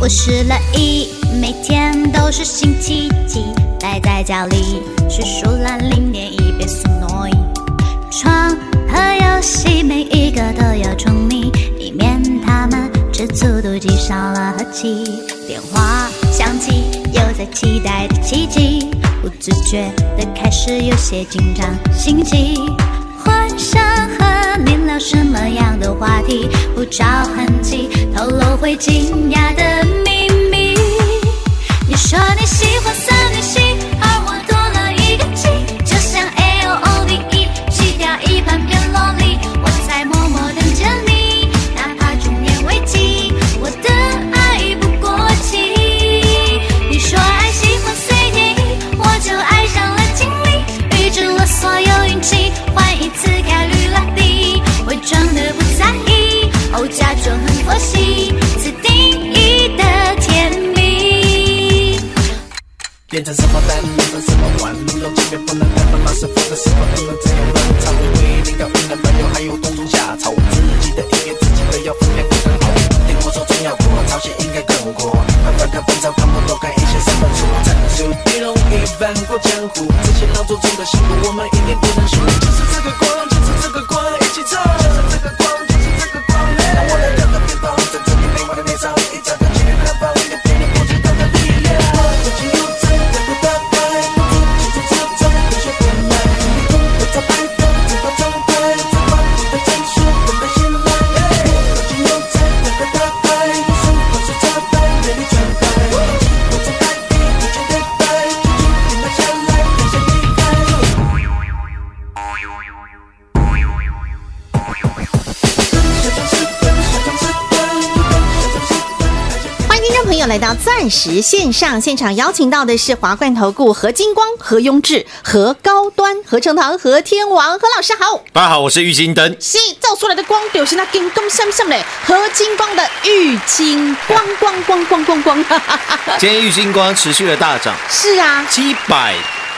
我失了忆，每天都是星期几，待在家里是数懒零点一变速挪移，床和游戏每一个都有沉迷，以免他们吃醋妒忌伤了和气。电话响起，又在期待的奇迹，不自觉的开始有些紧张心悸，幻想和你聊什么样的话题，不着痕迹透露会惊讶的秘密。你说你喜欢三明星，而我多了一个七，就像 A O O D E，洗掉一半变萝莉，我在默默等着你，哪怕中年危机，我的爱不过期。你说爱喜欢随你，我就爱上了经历，预知了所有运气，换一次概率拉低，伪装的不在意，哦，假装很佛系，自定义的甜蜜。变成什么蛋，变成什么碗，路要前面不能太慢，马是风的是否还能这样乱唱？我为你搞晕了朋友，还有冬虫夏草，自己的音乐自己的要分量更好。听我说重要过，朝鲜应该更过，翻翻看本朝看不懂，看一些什么错？战术地龙已翻过江湖，这些劳作中的辛苦，我们一点不能输。就是这个光，就是这个光，一起唱。就是这个光，就是这个光，让我来跳个别跑，在这里没完的内伤，一场的激烈奔跑，一点点的不知道的力量。不仅如此，得不到爱，不足，只足自尊，不学不卖，你不会再白费，只会崇拜，只把你的真实等待信赖。不仅如此，得不到爱，不输不是战败，美丽全败，不再败笔，不再对白，结局停了下来，停下离开。欢迎听众朋友来到钻石线上现场，邀请到的是华冠投顾何金光、何雍智、何高端、何成堂、何天王、何老师好。大家好，我是郁金灯。是照出来的光就是那金光闪闪嘞，何金光的玉金光光光光光光，哈哈哈哈今天郁金光持续的大涨， 是啊，七百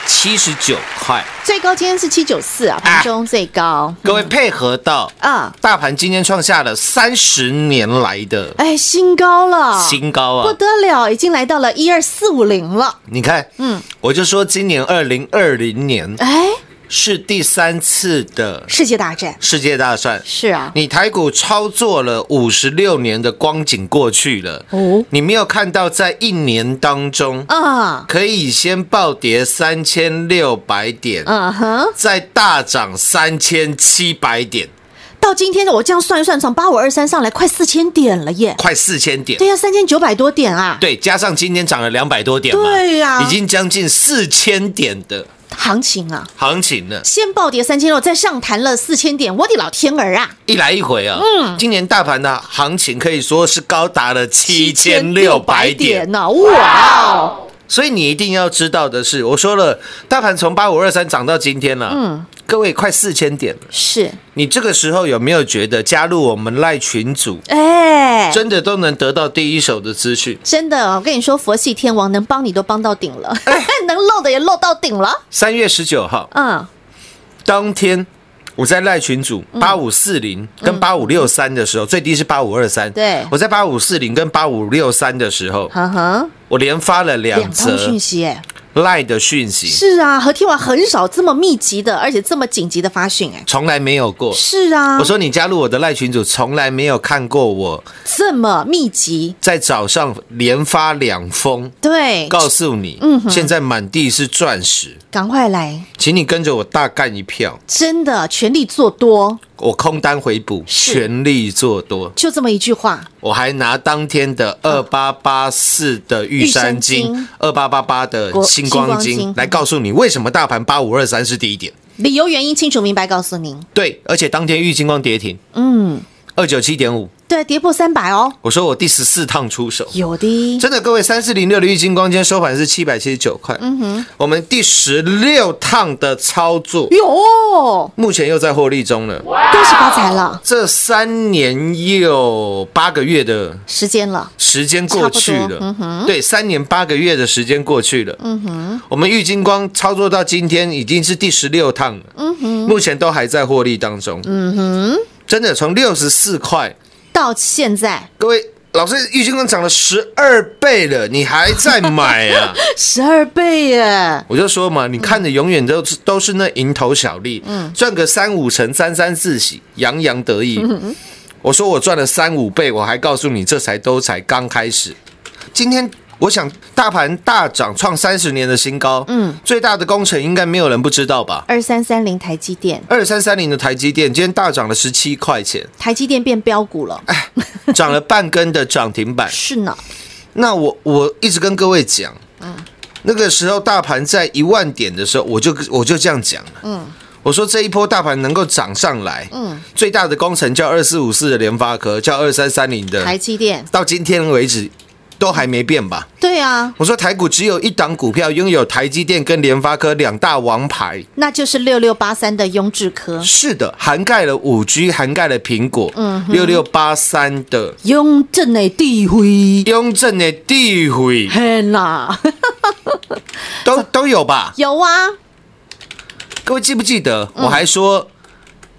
七十九块。最高今天是七九四啊，盘中最高。各位配合到啊啊，大盘今天创下了三十年来的哎，新高了，新嗯高不啊！得了，已经来到了一二四五零了。你看，嗯，我就说今年二零二零年哎，是第三次的世界大战世界大战。是啊，你台股操作了五十六年的光景过去了，哦你没有看到在一年当中啊，可以先暴跌三千六百点，嗯哼，再大涨三千七百点，到今天的我这样算一算，从八五二三上来快四千点了耶。快四千点。对呀、三千九百多点啊，对，加上今天涨了两百多点嘛，对呀已经将近四千点的行情啊，行情了，先暴跌三千六，再上弹了四千点，我的老天儿啊！一来一回啊。嗯，今年大盘的行情可以说是高达了七千六百点，呢、哇哦，所以你一定要知道的是，我说了，大盘从八五二三涨到今天了，嗯，各位快四千点了。是，你这个时候有没有觉得加入我们赖群组，哎、真的都能得到第一手的资讯？真的，我跟你说，佛系天王能帮你都帮到顶了，哎 能漏的也漏到顶了。三月十九号，嗯，当天我在赖群组八五四零跟八五六三的时候，最低是八五二三。嗯对我在八五四零跟八五六三的时候，呵呵，我连发了两两通则讯息、哎，赖的讯息，是啊，和天王很少这么密集的，而且这么紧急的发讯、哎，从来没有过。是啊，我说你加入我的赖群组，从来没有看过我这么密集，在早上连发两封，对，告诉你，嗯现在满地是钻石，赶快来，请你跟着我大干一票，真的全力做多，我空单回补，是全力做多。就这么一句话，我还拿当天的二八八四的啊玉山金、二八八八的星光星光金金来告诉你，为什么大盘八五二三是第一点。理由原因清楚明白，告诉您，对，而且当天玉金光跌停嗯，二九七点五，对，跌破三百哦，我说我第十四趟出手，有的，真的，各位三四零六的玉金光今天收盘是七百七十九块。嗯哼，我们第十六趟的操作，有，目前又在获利中了。恭喜发财了，这三年又八个月的时间了，时间过去差不了多，嗯对，三年八个月的时间过去了。嗯哼，我们玉金光操作到今天已经是第十六趟了。嗯哼，目前都还在获利当中。嗯哼，真的从六十四块到现在各位老师，玉金光涨了十二倍了，你还在买啊？十二倍耶，我就说嘛，你看的永远都是都是那蝇头小利，赚个三五成，沾沾自喜，洋洋得意。我说我赚了三五倍，我还告诉你，这才都才刚开始。今天我想大盘大涨，创三十年的新高，嗯，最大的工程应该没有人不知道吧？二三三零台积电，二三三零的台积电今天大涨了十七块钱，台积电变标股了，哎涨了半根的涨停板。是呢，那我我一直跟各位讲，嗯那个时候大盘在一万点的时候，我就我就这样讲了，嗯我说这一波大盘能够涨上来，最大的工程叫二四五四的联发科，叫二三三零的，台积电，到今天为止都还没变吧？对啊，我说台股只有一档股票拥有台积电跟联发科两大王牌，那就是六六八三的雍智科，是的，涵盖了五 G，涵盖了苹果，嗯六六八三的雍正的地位，雍正的地位嘿啦，都都有吧？ 有啊，各位记不记得，我还说、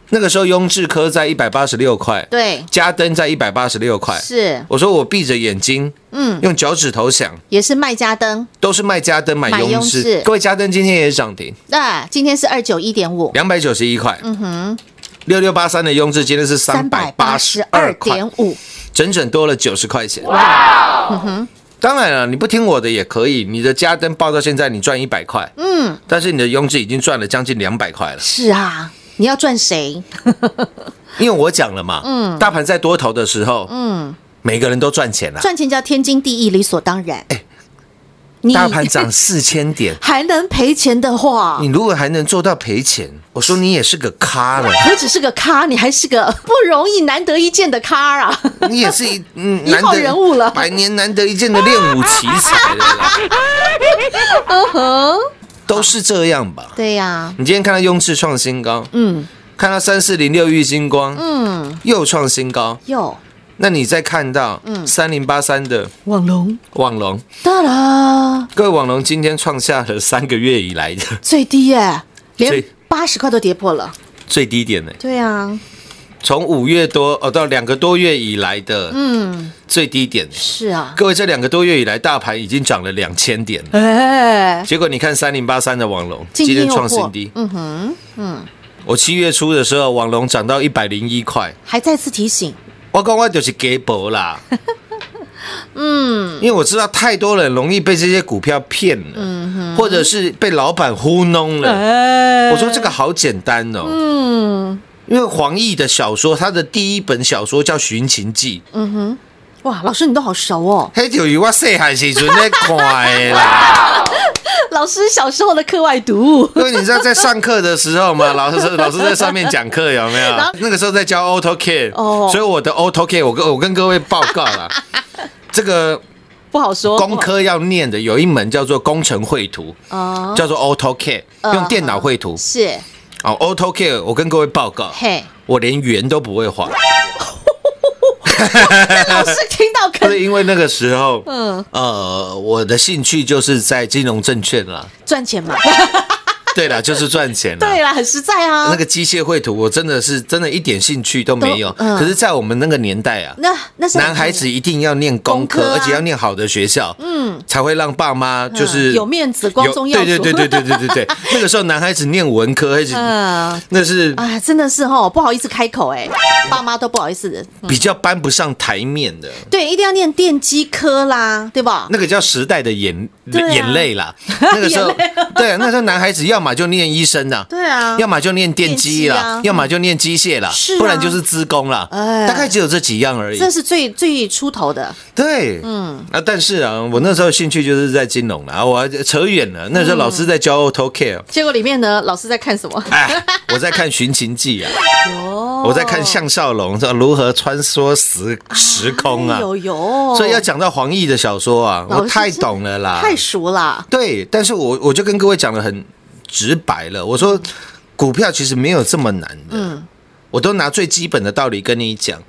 那个时候雍智科在一百八十六块，，对，嘉登在一百八十六块，是，我说我闭着眼睛，嗯，用脚趾头想，也是卖家灯，都是卖嘉登买买雍雍智智。各位嘉登今天也涨停，那、今天是二九一点五，两百九十一块，嗯哼。六六八三的雍智今天是三百八十二块点，五，整整多了九十块钱。哇！哦嗯当然了，你不听我的也可以，你的嘉登报到现在你赚一百块，嗯，但是你的雍智已经赚了将近两百块了。是啊，你要赚谁？ 因为我讲了嘛，嗯，大盘在多头的时候，嗯，每个人都赚钱了、啊赚钱叫天经地义，理所当然。你 哎大盘涨嗯四千点，还能赔钱的话你，如果还能做到赔钱，我说你也是个咖 了，何止是个咖，你还是个 不容易、难得一见的咖啊！ 你也是一嗯一难号得人物了百年难得一见的练武奇才了 啦，都是这样吧？嗯对呀、你今天看到雍智创新高，嗯，看到三四零六玉金光，嗯，又创新高，哟，那你再看到三零八三的嗯网龙，网龙，哒啦，各位网龙今天创下了三个月以来的最低耶，连最八十块都跌破了。最低点呢、对啊，从五月多哦到两个多月以来的嗯最低点、是啊，各位这两个多月以来，大盘已经涨了两千点了。哎，结果你看三零八三的网龙今今天天又创破新低，嗯哼，嗯，我七月初的时候网龙涨到一百零一块，还再次提醒，我讲我就是给博 啦，嗯，因为我知道太多人容易被这些股票骗了，嗯或者是被老板糊弄了，哎我说这个好简单哦。嗯，因为黄奕的小说，他的第一本小说叫《寻秦记》，哇，老师你都好熟哦，嘿，就是我细汉时阵在看的啦。 老师小时候的课外读物，因为你知道在上课的时候嘛，老 师老师在上面讲课有没有然后？那个时候在教 AutoCAD，、哦所以我的 AutoCAD，我跟我跟各位报告 啦，这个不好说。工科要念的有一门叫做工程绘图，啊、叫做 AutoCAD，用嗯电脑绘图。是哦，AutoCAD，我跟各位报告，嘿，我连圆都不会画。老师听到不肯是因为那个时候，嗯嗯，呃，我的兴趣就是在金融证券啦。 赚钱 嘛，对啦，就是赚钱啦。对啦，很实在啊。那个机械绘图，我真的是真的一点兴趣都没有。都嗯可是，在我们那个年代啊，那那是男孩子一定要念工科，工科啊而且要念好的学校，嗯，才会让爸妈就是、嗯有面子光宗耀祖有对对对对对对 对对，那个时候男孩子念文科，而且、嗯那是啊，真的是哦，不好意思开口哎、爸妈都不好意思。比较搬不上台面的。对，一定要念电机科啦，对吧？那个叫时代的眼、对啊 眼泪啦。那个时候，对，那时候男孩子要么么就念医生啦，对啊要么就念电机电机啊啦，要么就念机械啦是啊，不然就是资工啦，哎大概只有这几样而已。这是最最出头的，对，嗯啊，但是啊，我那时候兴趣就是在金融啦，我还扯远了，那时候嗯老师在教 AutoCAD，结果里面呢，老师在看什么？哎，我在看《寻秦记》啊，哦我在看项少龙说如何穿梭时时空啊，有有，所以要讲到啊黄奕的小说啊，哎哦老师我太懂了啦，太熟了，对，但是我我就跟各位讲的很直白了，我说股票其实没有这么难的，嗯我都拿最基本的道理跟你讲，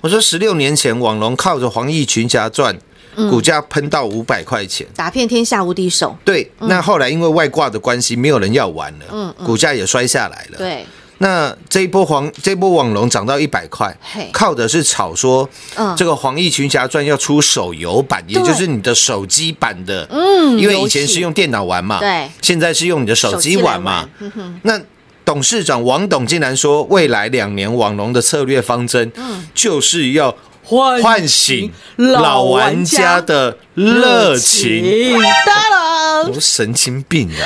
我说十六年前网龙靠着黄奕群侠传，嗯股价喷到五百块钱。打遍天下无敌手，对，那后来因为外挂的关系，没有人要玩了，股价也摔下来了。，嗯对，那这一波黄这一波网龙涨到一百块嘿，靠的是炒说，嗯这个《黄奕群侠传》要出手游版，也对就是你的手机版的，嗯因为以游前戏是用电脑玩嘛，对现在是用你的手机玩嘛手机来玩嗯，那。董事长王董竟然说，未来两年网龙的策略方针，嗯就是要唤醒老玩家的热情。当然 我说神经病啊！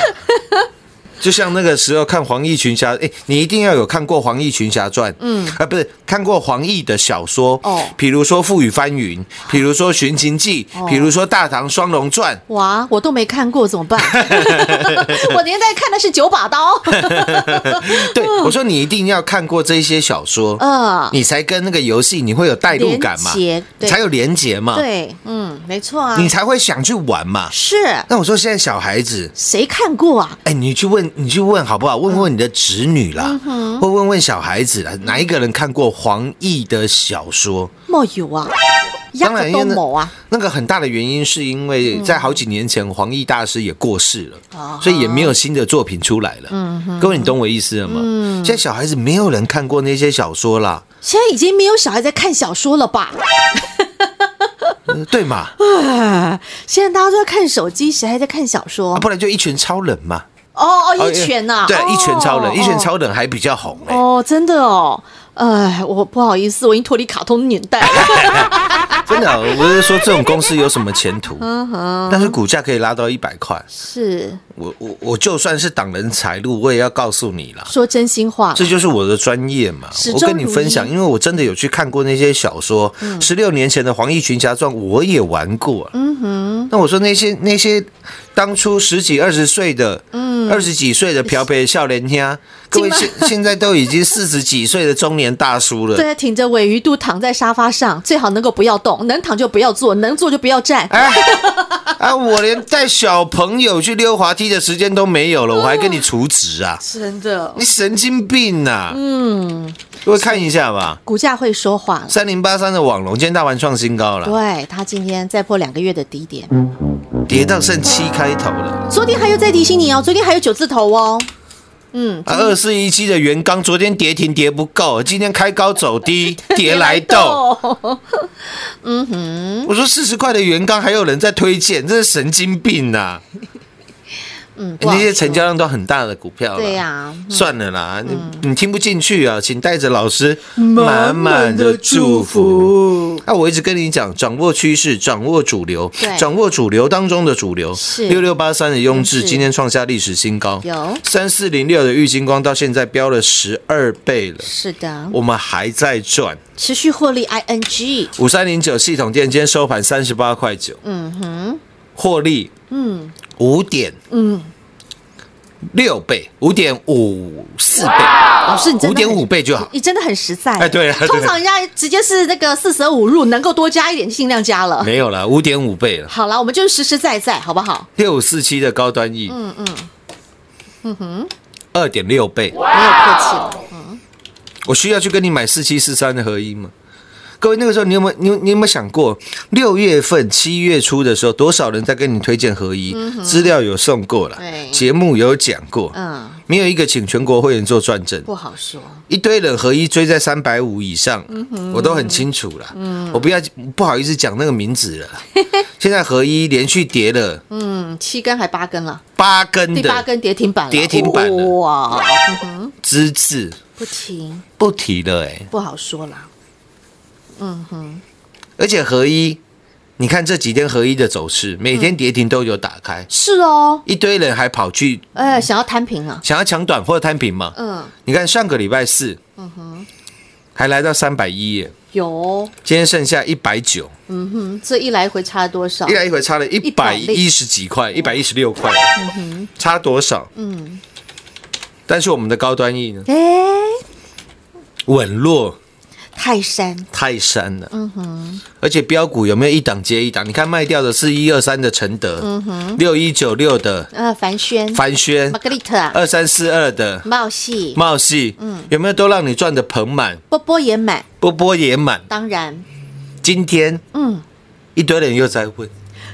就像那个时候看黄奕群侠，哎、你一定要有看过《黄奕群侠传》，嗯，啊，不是看过黄奕的小说，哦比如说《傅雨翻云》，比如说《寻秦记》比如说《大唐双龙传》哇，我都没看过，怎么 办？ 我年代看的是九把刀，对，我说你一定要看过这些小说，嗯你才跟那个游戏你会有代入感嘛连结，对才有连结嘛，，对，嗯，没错啊，你才会想去玩嘛。是那我说现在小孩子，谁看过啊？哎，你去问，你去问好不好？嗯问问你的侄女啦，或问问小孩子啦，哪一个人看过黄奕的小说？没有啊，压个都因为某啊，嗯那个很大的原因是因为在好几年前黄奕大师也过世啊了，所以也没有新的作品出来嗯了。各位，你懂我意思了吗？现在小孩子没有人看过那些小说 啦，现在已经没有小孩在看小说了吧？ 呃对嘛？哎现在大家都在看手机，谁还在看小说啊？不然就一拳超人嘛。哦哦，一拳呐、对哦，一拳超人，一拳哦超人还比较红哎。哦，真的哦，哎，我不好意思，我已经脱离卡通年代 了。真的，我是说这种公司有什么前途？嗯但是股价可以拉到一百块。是我我我就算是挡人财路，我也要告诉你啦。说真心话，这就是我的专业嘛始，我终跟你分享，如因为我真的有去看过那些小说，十六、年前的《黄奕群侠传》我也玩过。嗯哼，那我说那些那些当初十几二十岁的，嗯，二十几岁的漂白笑脸家，各位现现在都已经四十几岁的中年大叔了，对，挺着尾鱼肚躺在沙发上，最好能够不要动，能躺就不要坐，能坐就不要站。哎，啊，我连带小朋友去溜滑梯的时间都没有了，我还跟你除职啊！真的，你神经病呐、嗯，各位看一下吧，股价会说话了。三零八三的网龙今天大盘创新高了，对，它今天再破两个月的低点，跌到剩七开头了。昨天还有再提醒你哦，昨天还有九字头哦。嗯，啊，二四一七的元刚昨天跌停跌不够，今天开高 走低，跌来斗。我说四十块的元刚还有人在推荐，这是神经病呐、啊嗯，不好那些说成交量都很大的股票了，对呀嗯算了啦，你你听不进去啊，请带着老师满满满满的的祝祝福福。那我一直跟你讲，掌握趋势，掌握主流对，掌握主流当中的主流是。六六八三的雍是智今天创下历史新高，有三四零六的玉金光到现在飙了十二倍了，是的，我们还在赚。持续获利 ing 五三零九系统店今天收盘三十八块九，嗯哼，获利，嗯，五点，嗯，六倍，五点五四倍，老师，你真五的点很五倍就好。你真的很实在。哎对啊对啊通常人家直接是那个四舍五入，能够多加一点尽量加了。没有了，五点五倍了。好了，我们就是实实在在，好不好？六五四七的高端 E，嗯嗯，嗯哼，二点六倍，没有客气了。我需要去跟你买四七四三的合一吗？各位，那个时候你有没有你有你有没有想过，六月份、七月初的时候，多少人在跟你推荐合一？资料有送过了对，节目有讲过，嗯，没有一个请全国会员做转正，不好说。一堆人合一追在三百五以上，我都很清楚了。我不要不好意思讲那个名字了。现在合一连续跌了嗯，七根还八根了，八根第八的根跌停板了，嗯跌停板了哇，资质不停，不提了哎、不好说啦。而且合一你看这几天合一的走势，每天跌停都有打开，是哦，一堆人还跑去哎，想要摊平啊，想要抢短或摊平嘛。嗯，你看上个礼拜四，还来到三百一耶，有，今天剩下一百九，嗯哼，这一来回差多少一？来一回差了哦一百一十几块，一百一十六块，差多少？嗯，但是我们的高端 E 呢，哎，稳落泰山，泰山了，嗯哼，而且标股有没有一档接一档？你看卖掉的是一二三的承德，嗯哼，六一九六的呃，凡轩，凡呃轩玛，格丽特，啊二三四二的茂系，茂系，嗯，有没有都让你赚的盆满波波也买，波波也满？当然，今天嗯，一堆人又在问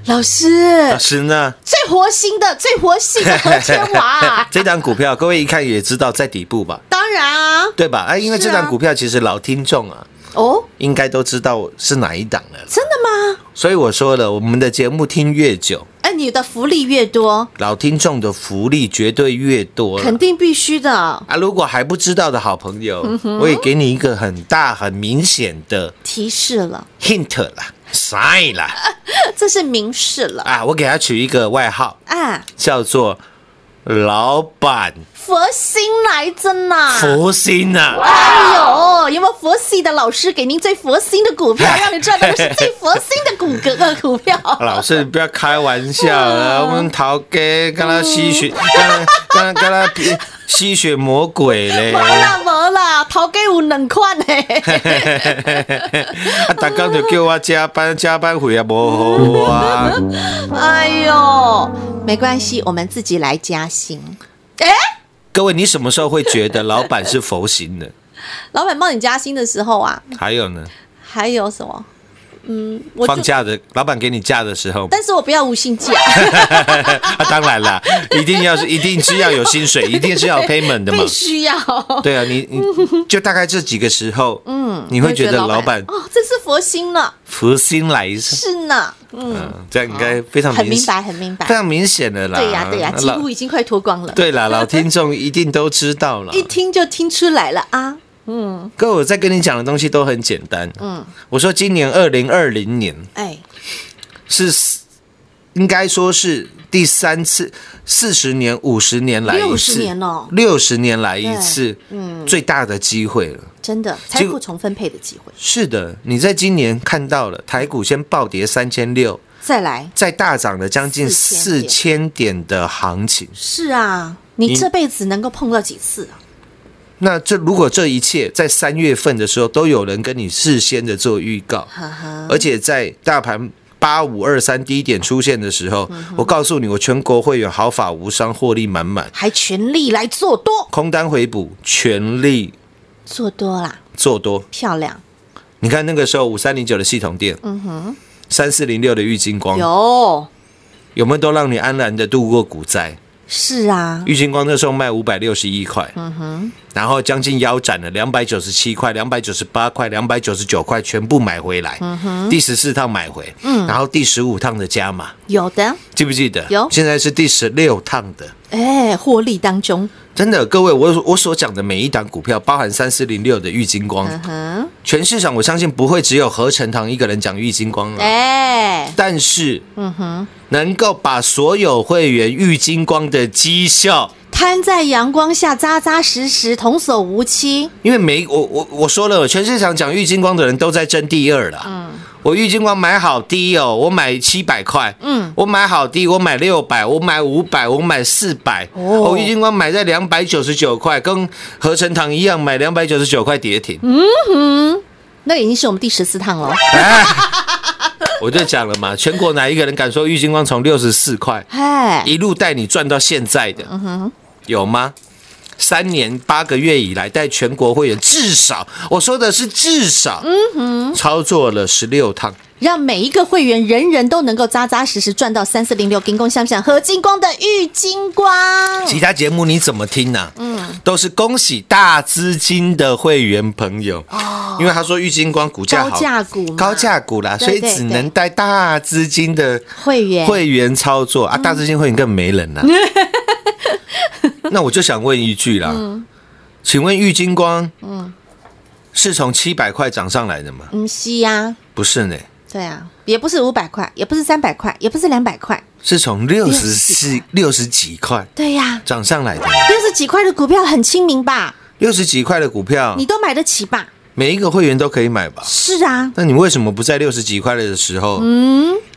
老老师师呢？最活心的、最活性的何天娃 啊，这档股票各位一看也知道在底部吧，当然啊，对吧？哎，因为是这啊档股票其实老听众啊，哦，应该都知道是哪一档了，真的吗？所以我说了，我们的节目听越久，哎，你的福利越多，老听众的福利绝对越多了肯定嗯必须的，啊，如果还不知道的好朋友，我也给你一个很大很明显的提示了， hint 啦，sign 啦，这是明示了啊，我给他取一个外号，啊，叫做老板佛心来着呢。福星啊。哎呦，有没有佛系的老师给您最佛心的股哎票，让你赚到的是最佛心的股格 呃股票？老师，你不要开玩笑了，我们逃给跟他吸血，跟跟跟他比吸血魔鬼嘞！没啦没啦，头给有两款 呢。啊，大刚就叫我加班，加班费也无好啊。哎呦，没关系，我们自己来加薪。哎，各位，你什么时候会觉得老板是佛心的？老板帮你加薪的时候啊，还有呢？还有什么？嗯，我放就，假的老板给你假的时候，但是我不要无薪 假，啊，当然 啦，一定要是一定是要有薪水，一定是要有 payment 的嘛必。须要。对啊，你你嗯就大概这几个时候，嗯，你会觉得老板哦，这是佛心呢，福星来一次，是呢，嗯，嗯，这样应该非常很明显白，，很明白非。常明显的啦。对呀，对呀，啊那几老乎已经快脱光了。对啦， 老听众一定都知道了。一听就听出来了啊！各位，我在跟你讲的东西都很简单。嗯，我说今年二零二零年哎，是应该说是第三次，四十年、五十年来一60次，年哦六十年来一次，嗯，最大的机会了。真的，财富重分配的机会，是的，你在今年看到了台股先暴跌三千六，再来再大涨了将近四千4000点的行情。是啊，你你这辈子能够碰到几次啊？那这如果这一切在三月份的时候都有人跟你事先的做预告，哈哈，而且在大盘八五二三低点出现的时候，我告诉你，我全国会员毫发无伤，获利满满，还全力来做多，空单回补，全力做多啦，做多。漂亮，你看那个时候五三零九的系统店，嗯哼，三四零六的玉金光，有有没有都让你安然的度过股灾？是啊，玉金光那时候卖五百六十一块，嗯哼，然后将近腰斩了两百九十七块、两百九十八块、两百九十九块，全部买回来，嗯哼，第十四趟买回，嗯，然后第十五趟的加码，有的，记不记得？有现在是第十六趟的。哎，获利当中，真的，各位，我我所讲的每一档股票，包含三四零六的玉金光，嗯哼，全市场我相信不会只有何成堂一个人讲玉金光了。哎，但是，嗯哼，能够把所有会员玉金光的绩效，摊在阳光下，扎扎实实，童叟无欺，因为每我我我说了，全市场讲玉金光的人都在争第二了。嗯，我玉金光买好低哦，我买七百块。嗯，我买好低，我买六百，我买五百，我买四百。哦我玉金光买在两百九十九块，跟合成堂一样买两百九十九块跌停。嗯，那已经是我们第十四趟了，我就讲了嘛，全国哪一个人敢说玉金光从六十四块哎，一路带你赚到现在的，有吗？三年八个月以来，带全国会员至少，我说的是至少，操作了十六趟。让每一个会员人人都能够扎扎实实赚到三四零六金光相向和金光的玉金光。其他节目你怎么听呢、嗯，都是恭喜大资金的会员朋友，因为他说玉金光股价好哦高价股嘛高价股啦，对所以对只能带大资金的会员会员操作啊，大资金会员更没人 啦、那我就想问一句啦，请问玉金光，嗯，是从七百块涨上来的吗？嗯，是呀、不是呢，对啊，也不是五百块，也不是三百块，也不是两百块，是从六十60四、六十几块对呀、涨上来的，六十几块的股票很亲民吧？六十几块的股票你，都买得起吧？每一个会员都可以买吧？是啊，那你为什么不在六十几块的时候，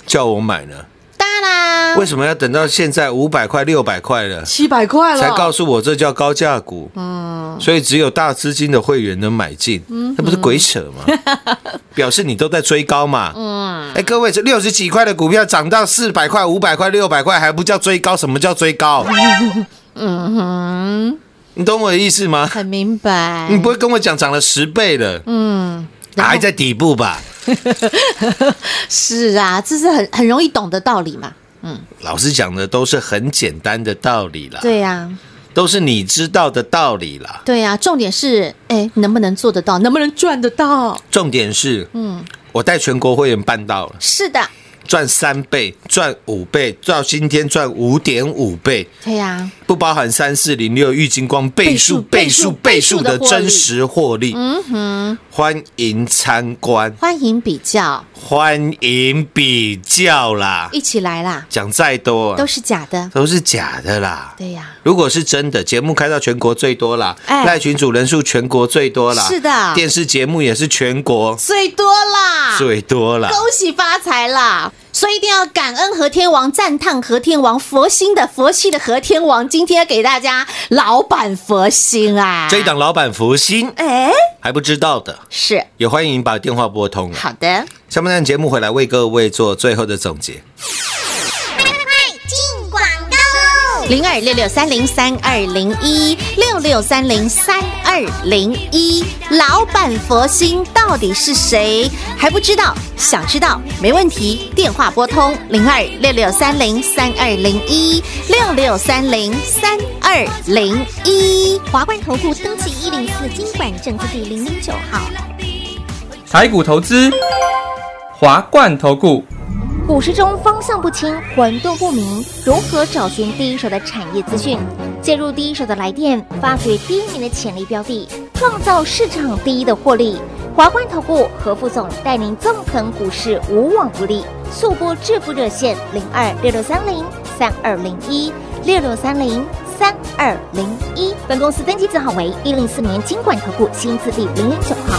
叫我买呢？当然为什么要等到现在五百块、六百块了，七百块了，嗯才告诉我这叫高价股？所以只有大资金的会员能买进，那不是鬼扯吗？ 表示你都在追高嘛？嗯哎，各位，这六十几块的股票涨到四百块、五百块、六百块，还不叫追高？什么叫追高？嗯，你懂我的意思吗？很明白。嗯你不会跟我讲涨了十倍了，嗯然后还在底部吧？是啊，这是很很容易懂的道理嘛。老师讲的都是很简单的道理啦，对呀、都是你知道的道理啦。对呀、重点是，哎，能不能做得到，能不能赚得到？重点是，嗯，我带全国会员办到了，是的，赚三倍，赚五倍，到今天赚五点五倍，对呀、不包含三四零六玉金光倍数倍倍数数倍倍数数的的真实获利。嗯哼，欢迎参观，欢迎比较，欢迎比较啦。一起来啦，讲再多啊都是假的。都是假的啦。对呀、如果是真的，节目开到全国最多啦，哎赖群主人数全国最多啦，是的电视节目也是全国最多啦，最多啦。恭喜发财啦！所以一定要感恩和天王，赞叹和天王，佛心的佛系的和天王，今天给大家老板佛心啊！这一档老板福星哎，还不知道的，是也欢迎把电话拨通了。好的。下半段节目回来为各位做最后的总结。进广告喽。零二六六三零三二零一六六三零三二零一，老板佛心到底是谁？还不知道，想知道没问题，电话拨通零二六六三零三二零一六六三零三二零一。华冠投顾登记一零四经管证字第零零九号。台股投资，华冠投顾。股市中方向不清、混沌不明，如何找寻第一手的产业资讯？介入第一手的来电，发掘第一名的潜力标的，创造市场第一的获利。华冠投顾何副总带领纵横股市，无往不利。速播致富热线零二六六三零三二零一六六三零三二零一。本公司登记字号为一零四年经管投顾新字第零零九号。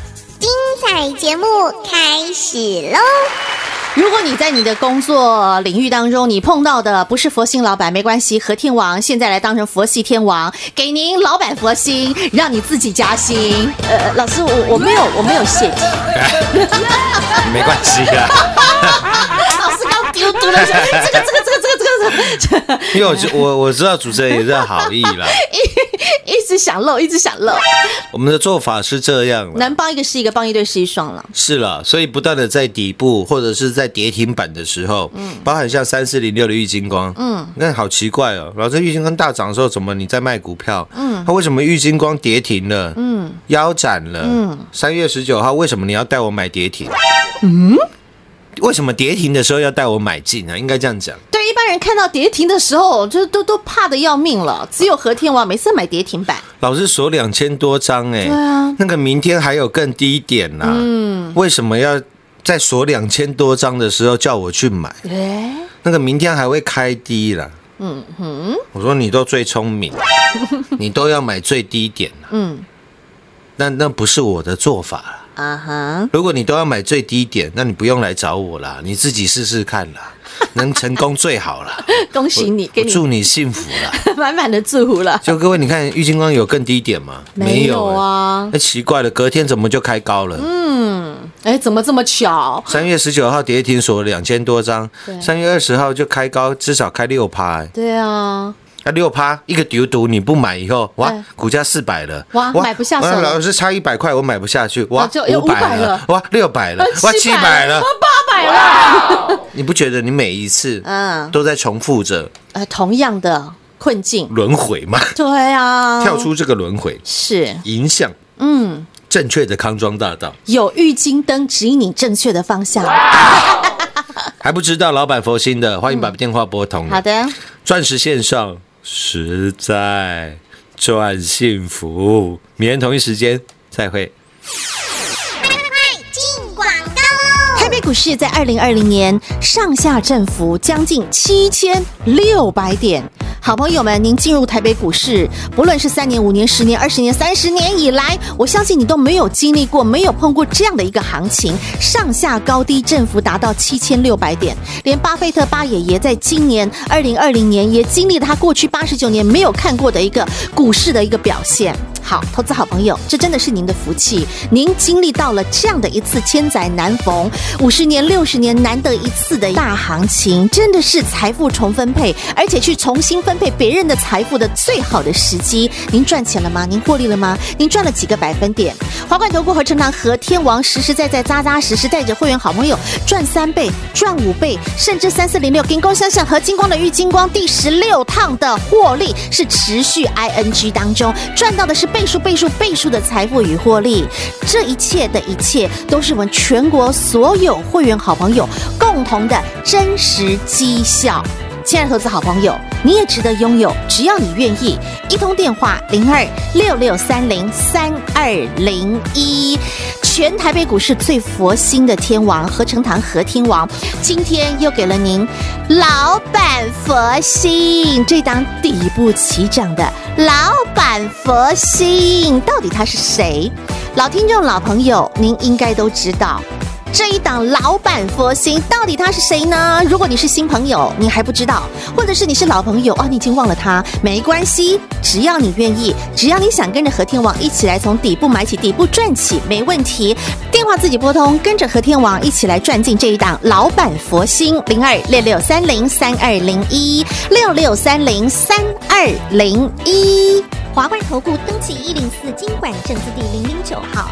精彩节目开始喽！如果你在你的工作领域当中，你碰到的不是佛心老板，没关系，和天王现在来当成佛系天王，给您老板佛心，让你自己加薪。呃，老师，我我没有我没有泄气， 没关系啊啦，老师刚丢丢了一下，这个这个这个这个这个这个， 因为我知我我知道主持人也是好意啦。一直想漏，一直想漏，我们的做法是这样啦，能帮一个是一个，帮一对是一双了。是啦，所以不断的在底部或者是在跌停板的时候，包含像三四零六的玉金光，嗯，那好奇怪哦，老师玉金光大涨的时候，怎么你在卖股票？嗯，它为什么玉金光跌停了？嗯，腰斩了。嗯，三月十九号为什么你要带我买跌停？嗯，为什么跌停的时候要带我买进啊呢？应该这样讲。对一般人看到跌停的时候，就都都怕的要命了，只有和天王每次买跌停板，老师锁两千多张哎、对啊那个明天还有更低点呐、嗯，为什么要在锁两千多张的时候叫我去买？哎，那个明天还会开低啦。嗯哼，我说你都最 聪明，你都要买最低点啦嗯那那不是我的做法啦。啊哈，如果你都要买最低点，那你不用来找我啦，你自己试试看 啦，能成功最好啦。恭喜你，我给我你祝你幸福啦。满满的祝福了。就各位，你看郁金光有更低点吗？没有欸啊那奇怪了，隔天怎么就开高了？哎，怎么这么巧？三月十九号跌停锁两千多张对，三月二十号就开高，至少开六趴、欸对啊，那六趴一个丢赌你不买以后，哇嗯，股价四百了，哇买不下手哇了老师差一百块，我买不下去，哇哦就，有500 500了哦哇，六百了，哇，七百了哇，，八哎百了，你不觉得你每一次嗯都在重复着呃，同样的困境，轮回吗？对啊，跳出这个轮回，是，迎向嗯，正确的康庄大道，有郁金灯指引你正确的方向。还不知道老板佛心的，欢迎把电话拨通。啊嗯好，的，钻石线上实在赚幸福，明天同一时间再会。台北股市在二零二零年上下振幅将近七千六百点。好朋友们，您进入台北股市，不论是三年、五年、十年、二十年、三十年以来，我相信你都没有经历过、没有碰过这样的一个行情，上下高低振幅达到七千六百点。连巴菲特巴爷爷在今年二零二零年也经历了他过去八十九年没有看过的一个股市的一个表现。好，投资好朋友，这真的是您的福气，您经历到了这样的一次千载难逢、五十年、六十年难得一次的大行情，真的是财富重分配，而且去重新分配别人的财富的最好的时机。您赚钱了吗？您获利了吗？您赚了几个百分点？华冠投顾和成堂和天王实实在在、扎扎实实带着会员好朋友赚三倍、赚五倍，甚至三四零六金光相向和金光的玉金光第十六趟的获利是持续 ing 当中赚到的是倍数、倍数、倍数的财富与获利。这一切的一切都是我们全国所有会员好朋友共同的真实绩效。亲爱的投资好朋友，你也值得拥有，只要你愿意。一通电话零二六六三零三二零一，全台北股市最佛心的天王合成堂和天王，今天又给了您老板佛心这档底部起涨的老板佛心，到底他是谁？老听众、老朋友，您应该都知道。这一档老板佛心到底他是谁呢？如果你是新朋友，你还不知道，或者是你是老朋友啊，你已经忘了他，没关系，只要你愿意，只要你想跟着和天王一起来从底部买起，底部赚起，没问题。电话自己拨通，跟着和天王一起来赚进这一档老板佛心零二六六三零三二零一六六三零三二零一华冠投顾登记一零四经管证字第零零九号。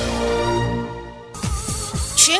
全